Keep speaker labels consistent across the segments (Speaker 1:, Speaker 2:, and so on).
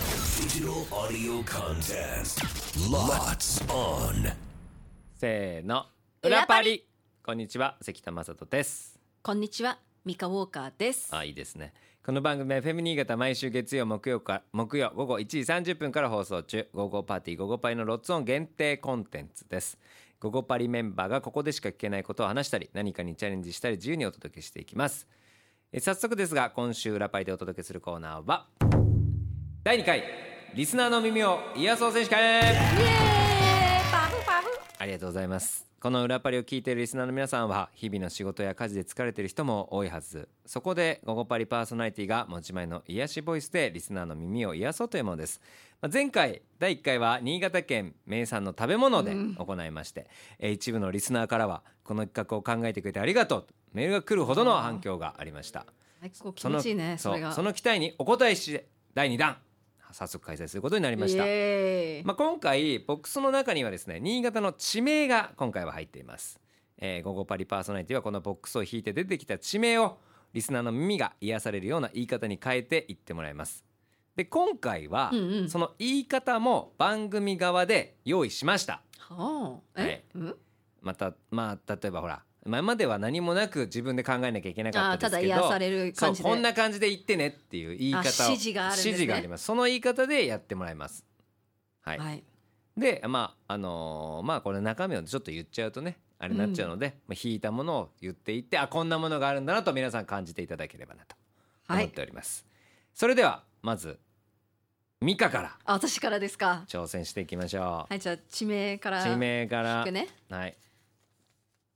Speaker 1: Digital audio contest. Lots on.
Speaker 2: せーの
Speaker 3: 裏
Speaker 2: 裏
Speaker 3: パ
Speaker 2: パ
Speaker 3: リ
Speaker 2: リこんにちは関田正人です
Speaker 3: こんにちは、ミカウォーカーです。
Speaker 2: あいいですねこの番組は FM 新潟毎週月曜木曜か木曜午後1時30分から放送中午後パーティー午後パリのロッツオン限定コンテンツです午後パリメンバーがここでしか聞けないことを話したり何かにチャレンジしたり自由にお届けしていきますえ早速ですが今週裏パリでお届けするコーナーは第2回リスナーの耳を癒そう選手会
Speaker 3: イエーイ、パフパフ。
Speaker 2: ありがとうございます。この裏パリを聞いているリスナーの皆さんは日々の仕事や家事で疲れている人も多いはずそこで「午後パリパーソナリティ」が持ち前の癒しボイスでリスナーの耳を癒そうというものです、まあ、前回第1回は新潟県名産の食べ物で行いまして、えー一部のリスナーからはこの企画を考えてくれてありがとうとメールが来るほどの反響がありました
Speaker 3: 最高気
Speaker 2: その
Speaker 3: 持ちいいね、そうれが。
Speaker 2: その期待にお答えして第2弾早速開催することになりました
Speaker 3: イエーイ。
Speaker 2: まあ、今回ボックスの中にはですね新潟の地名が今回は入っています、えー、午後パリパーソナリティはこのボックスを引いて出てきた地名をリスナーの耳が癒されるような言い方に変えていってもらいますで今回は、
Speaker 3: うんうん
Speaker 2: その言い方も番組側で用意しました
Speaker 3: はあ、え、うん、
Speaker 2: またまあ例えばほら前までは何もなく自分で考えなきゃいけなか
Speaker 3: あ
Speaker 2: っ
Speaker 3: ー、た
Speaker 2: たですけ
Speaker 3: だ
Speaker 2: ど
Speaker 3: 癒される感じで。
Speaker 2: そうこんな感じで言ってねっていう言い方を
Speaker 3: あ指示があるんですね
Speaker 2: 指示がありますその言い方でやってもらいますはい、
Speaker 3: はい。
Speaker 2: でまああのーまあこれ中身をちょっと言っちゃうとねあれになっちゃうので、まあ、引いたものを言っていってあこんなものがあるんだなと皆さん感じていただければなと
Speaker 3: は
Speaker 2: 思っ
Speaker 3: い。
Speaker 2: ております、それではまずミカから
Speaker 3: あ私からですか。
Speaker 2: 挑戦していきましょ
Speaker 3: はい、じゃあ地名か
Speaker 2: う、
Speaker 3: ら。
Speaker 2: 地名か
Speaker 3: 聞
Speaker 2: ら、
Speaker 3: くね。
Speaker 2: はい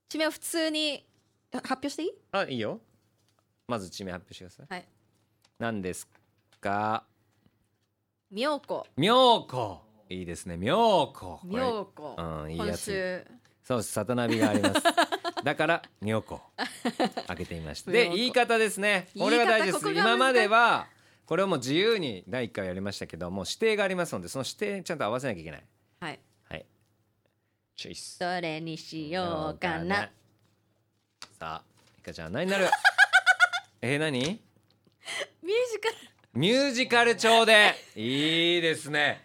Speaker 3: 地名を普通にあ発表していい？
Speaker 2: あいいよまず地名発表してください
Speaker 3: はい。
Speaker 2: 何ですか
Speaker 3: 妙子。
Speaker 2: 妙子いいですね妙子これ
Speaker 3: 妙子。
Speaker 2: うんいいや
Speaker 3: 今
Speaker 2: つ
Speaker 3: 週
Speaker 2: そうですサタナビがありますだから妙子開けてみましたで
Speaker 3: 妙子
Speaker 2: 言い方ですね
Speaker 3: 言い
Speaker 2: こ
Speaker 3: 方
Speaker 2: れが大事です
Speaker 3: ここが難しい
Speaker 2: 今まではこれをもう自由に第1回やりましたけどもう指定がありますのでその指定にちゃんと合わせなきゃいけない
Speaker 3: はい。
Speaker 2: はいチョイス
Speaker 3: どれにしようかな。
Speaker 2: さあいかちゃん何になる えー、何
Speaker 3: ミュージカル。
Speaker 2: ミュージカル調でいいですね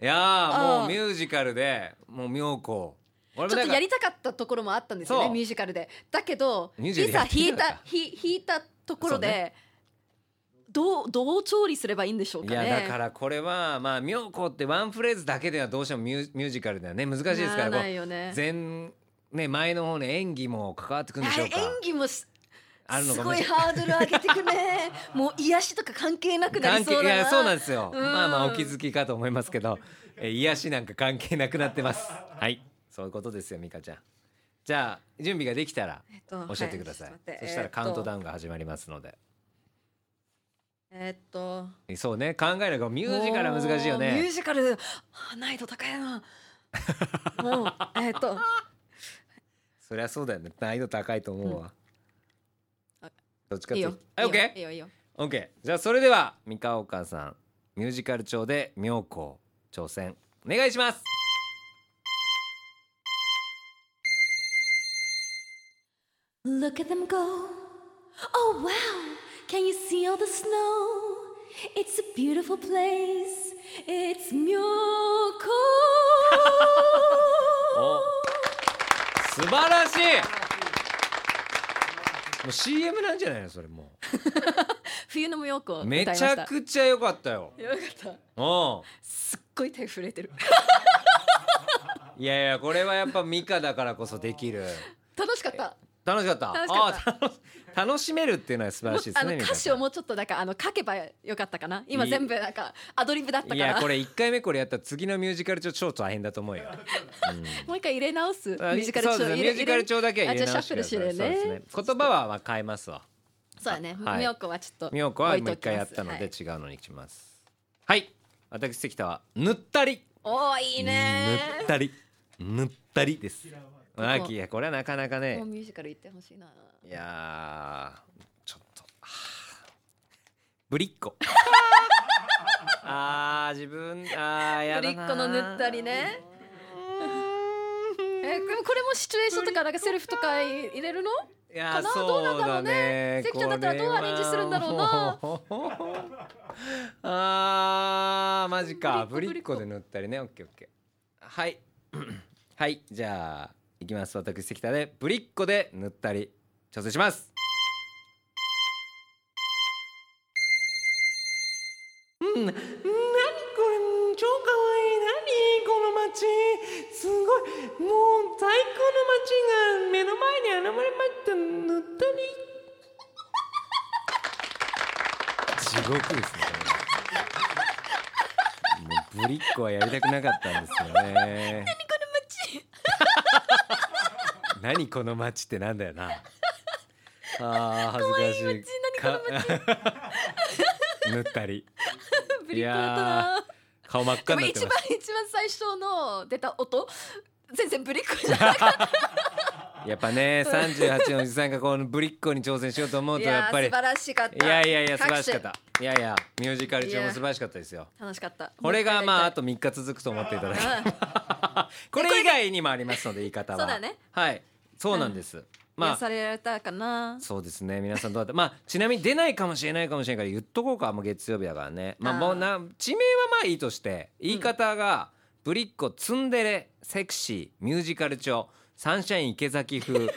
Speaker 2: いやー
Speaker 3: あ
Speaker 2: も
Speaker 3: ー
Speaker 2: うミュージカルでもう妙子俺も
Speaker 3: ちょ
Speaker 2: な
Speaker 3: っ
Speaker 2: ん
Speaker 3: と
Speaker 2: か
Speaker 3: やりたかったところもあったんですよ
Speaker 2: そ
Speaker 3: ね
Speaker 2: う
Speaker 3: ミュージカルでだけど
Speaker 2: ミュ
Speaker 3: い
Speaker 2: ージカ
Speaker 3: ざ
Speaker 2: ル
Speaker 3: 引
Speaker 2: や
Speaker 3: い
Speaker 2: ってな
Speaker 3: た
Speaker 2: か
Speaker 3: ひ引いたところで、
Speaker 2: そう
Speaker 3: どうどう調理すればいいんでしょう
Speaker 2: い
Speaker 3: か
Speaker 2: や
Speaker 3: ね
Speaker 2: だからこれはまあ妙子ってワンフレーズだけではどうしてもミューミュージカルではね難しいですから
Speaker 3: なら
Speaker 2: こ
Speaker 3: ないよね
Speaker 2: う前ね前の方の演技も関わってくるんでしょうか
Speaker 3: あれ演技もす
Speaker 2: あるの
Speaker 3: す
Speaker 2: か
Speaker 3: ご
Speaker 2: もし
Speaker 3: い
Speaker 2: れない
Speaker 3: ハードル上げてく ねもう癒しとか関係なくな
Speaker 2: 関係
Speaker 3: りそうだ
Speaker 2: い
Speaker 3: な
Speaker 2: やそうなんですよ
Speaker 3: うん
Speaker 2: まあまあお気づきかと思いますけどえ癒しなんか関係なくなってますはいそういうことですよ美香ちゃんじゃあ準備ができたら
Speaker 3: えっと
Speaker 2: 教えてください、
Speaker 3: はいちょっと待って
Speaker 2: そしたらカウントダ
Speaker 3: ン
Speaker 2: ウンが始まりますので、
Speaker 3: えっと
Speaker 2: そうね考えるのがミ
Speaker 3: ミ
Speaker 2: ュージカルは難しいよ
Speaker 3: ミュ
Speaker 2: ね
Speaker 3: ージカルあ難易度高いなもうえっ と
Speaker 2: そりゃそうだよね難易度高いと思うわ、
Speaker 3: あ
Speaker 2: どっちかって
Speaker 3: いい
Speaker 2: い
Speaker 3: よ
Speaker 2: うあオッケー
Speaker 3: いいよいいよいいよ
Speaker 2: OK じゃあそれでは三河岡さんミュージカル調で妙高挑戦お願いします
Speaker 4: Look at them go. Oh wow! Can you see all the snow? It's a beautiful place. It's Miyoko.
Speaker 2: お素晴らしいもう CM なんじゃないのそれも
Speaker 3: 冬の無用子
Speaker 2: うめちゃくちゃ良かったよ
Speaker 3: よかった
Speaker 2: う
Speaker 3: すっごい手震 えてる
Speaker 2: んいやいやこれはやっぱミカだからこそできる
Speaker 3: 楽しかった
Speaker 2: 楽しかった
Speaker 3: 楽しかった
Speaker 2: あー楽し楽しめるっていうのは素晴らしいです
Speaker 3: あ
Speaker 2: ね
Speaker 3: の
Speaker 2: ミカ
Speaker 3: 歌詞
Speaker 2: さ
Speaker 3: を
Speaker 2: ん
Speaker 3: もうちょっとなんかあの書けばよかったかな今
Speaker 2: いい
Speaker 3: 全部なんかアドリブだったか
Speaker 2: い
Speaker 3: ら
Speaker 2: やこれ1回目これやったら次のミュージカル調超大変だと思うよ
Speaker 3: もう一回入れ直すミュ
Speaker 2: あ
Speaker 3: ージカル
Speaker 2: そう
Speaker 3: 調
Speaker 2: ですね
Speaker 3: 入
Speaker 2: ミュ
Speaker 3: れ
Speaker 2: ージカル調だけは入れ
Speaker 3: あじゃ
Speaker 2: 直
Speaker 3: あ
Speaker 2: し
Speaker 3: シ
Speaker 2: て
Speaker 3: ャッフ
Speaker 2: くださ
Speaker 3: ルし
Speaker 2: い
Speaker 3: てね
Speaker 2: そうですね言葉はまあ変えますわ
Speaker 3: そうだね
Speaker 2: はい
Speaker 3: みよこはちょっと
Speaker 2: 美容子は
Speaker 3: 置い
Speaker 2: もう
Speaker 3: と
Speaker 2: 一
Speaker 3: きま
Speaker 2: 回
Speaker 3: す
Speaker 2: やったの
Speaker 3: は
Speaker 2: で
Speaker 3: い
Speaker 2: 違うのに行きますはい私関田は塗ったり
Speaker 3: おーいいね
Speaker 2: 塗ったり塗ったりですマーキーいやこれはなかなか
Speaker 3: も
Speaker 2: ね
Speaker 3: うミュージカル行ってほしいない
Speaker 2: やーちょっと あーぶりっ こあー自分あーや
Speaker 3: ぶり
Speaker 2: だ
Speaker 3: っ
Speaker 2: な
Speaker 3: 子の塗ったりねえでもこれもシチュエーションとかなんかセルフとか入れるの
Speaker 2: いやー
Speaker 3: かな
Speaker 2: そう
Speaker 3: どうなんだろうね
Speaker 2: だね
Speaker 3: 関ちゃんだったらどうアレンジするんだろうな
Speaker 2: これはもうあーまマジかぶ
Speaker 3: ぶりっこ
Speaker 2: りっこで塗ったりねオッケーオッケーはい はいじゃあいきます私関田でぶりっこで塗ったり挑戦しますうんなにこれ超かわいいなにこの街すごいもう最高の街が目の前に現れました塗ったり地獄ですねこれもうぶりっ子はやりたくなかったんですよね。 何この街ってなんだよな。ああ恥ずか しい。か塗ったり。
Speaker 3: ブリッコだったな
Speaker 2: 顔真っ
Speaker 3: で
Speaker 2: 赤
Speaker 3: も
Speaker 2: になっ
Speaker 3: 一
Speaker 2: て
Speaker 3: 番
Speaker 2: まし。
Speaker 3: 一番最初の出た音全然ブリッコじゃなかった
Speaker 2: やっぱね、38のおじさんがこのぶりっ子に挑戦しようと思
Speaker 3: た
Speaker 2: う
Speaker 3: い
Speaker 2: とや
Speaker 3: や
Speaker 2: っぱ
Speaker 3: ー
Speaker 2: り。
Speaker 3: 素晴らしかっ
Speaker 2: い
Speaker 3: た
Speaker 2: やいやいや素晴
Speaker 3: 拍
Speaker 2: ら
Speaker 3: 手
Speaker 2: しかった。いやいやミュージカル中も素晴らしかったですよ。
Speaker 3: 楽しかった
Speaker 2: これがまああ
Speaker 3: も
Speaker 2: と3日続くと思っていただ
Speaker 3: う
Speaker 2: き
Speaker 3: 一回やりたい
Speaker 2: これ以外にもありますので言い方は。
Speaker 3: そうだね
Speaker 2: はい、そうなんです。
Speaker 3: うん癒
Speaker 2: ま
Speaker 3: や
Speaker 2: あ
Speaker 3: されられたかな
Speaker 2: そうですね皆さんどうだったまあちなみに出ないかもしれないかもしれないから言っとこうかもう月曜日だからねまあ
Speaker 3: あー
Speaker 2: もうな地名はまあいいとして言い方が、ぶりっ子ツンデレセクシーミュージカル調サンシャイン池崎 風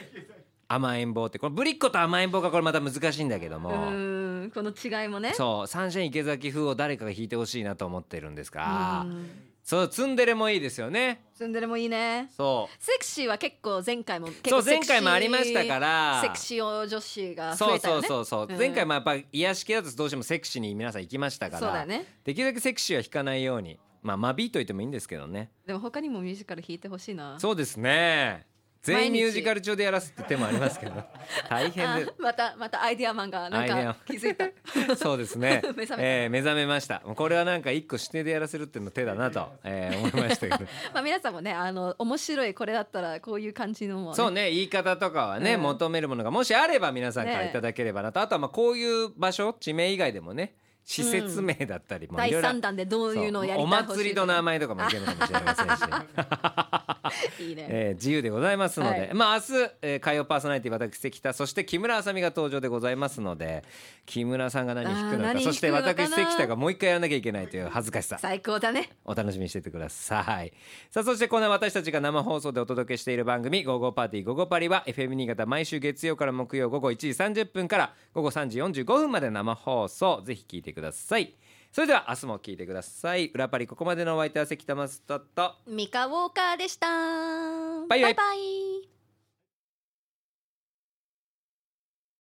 Speaker 2: 甘えん坊ってこれぶりっ子と甘えん坊がこれまた難しいんだけど
Speaker 3: う
Speaker 2: も、
Speaker 3: ーんこの違いもね
Speaker 2: そうサンシャイン池崎風を誰かが弾いてほしいなと思ってるんですが、
Speaker 3: うん
Speaker 2: そうツンデレもいいですよね
Speaker 3: ツンデレもいいね
Speaker 2: そう
Speaker 3: セクシーは結構前回も結
Speaker 2: そう
Speaker 3: 構セ
Speaker 2: 前
Speaker 3: クシー
Speaker 2: 回もありましたから
Speaker 3: セクシー女子が増
Speaker 2: そう
Speaker 3: えたよ
Speaker 2: そう
Speaker 3: ね
Speaker 2: そうそう、
Speaker 3: うん
Speaker 2: 前回もやっぱ癒し系だとどうしてもセクシーに皆さん行きましたから
Speaker 3: そうだね
Speaker 2: できるだけセクシーは引かないようにまあ間引いといてもいいんですけどね
Speaker 3: でも他にもミュージカル弾いてほしいな
Speaker 2: そうですね全
Speaker 3: 毎
Speaker 2: 員
Speaker 3: 日
Speaker 2: ミュージカル調でやらすって手もありますけ ど大
Speaker 3: あ
Speaker 2: 変
Speaker 3: またまたアイディアマンがなん
Speaker 2: アイデアマン
Speaker 3: か気づいた
Speaker 2: でそうですね
Speaker 3: 目覚めた
Speaker 2: えー目覚めましたこれはなんか一個指定でやらせるっていうの手だなと、えー思いま したけど
Speaker 3: まあ皆さんもねあの面白いこれだったらこういう感じのも、ね、
Speaker 2: そうね言い方とかはね、
Speaker 3: うん
Speaker 2: 求めるものがもしあれば皆さんから
Speaker 3: ね
Speaker 2: いただければなと、あとはまあこういう場所地名以外でもね施設名だったりもい
Speaker 3: 第
Speaker 2: ろいろ
Speaker 3: 三弾でどういうのをやりたい
Speaker 2: お祭りの名
Speaker 3: 欲
Speaker 2: 前とかもいけるかもしれませんし、
Speaker 3: しいいいね、
Speaker 2: えー自由でございますので、
Speaker 3: はい
Speaker 2: まあ明日、えー、火曜パーソナリティ私関田そして木村あさみが登場でございますので木村さんが何弾く
Speaker 3: あ
Speaker 2: の
Speaker 3: ー
Speaker 2: か
Speaker 3: 何弾くのか
Speaker 2: そ
Speaker 3: な
Speaker 2: して私関田がもう一回やらなきゃいけないという恥ずかしさ
Speaker 3: 最高だね
Speaker 2: お楽しみにしててくださいさあそしてこんな私たちが生放送でお届けしている番組「ゴーゴーパーティーゴーゴーパリ」は FM 新潟毎週月曜から木曜午後1時30分から午後3時45分まで生放送ぜひ聞いてくださいそれでは明日も聞いてください裏パリここまでのお相手は関田正人と
Speaker 3: ミカウォーカーでした
Speaker 2: バイバイ
Speaker 3: バイ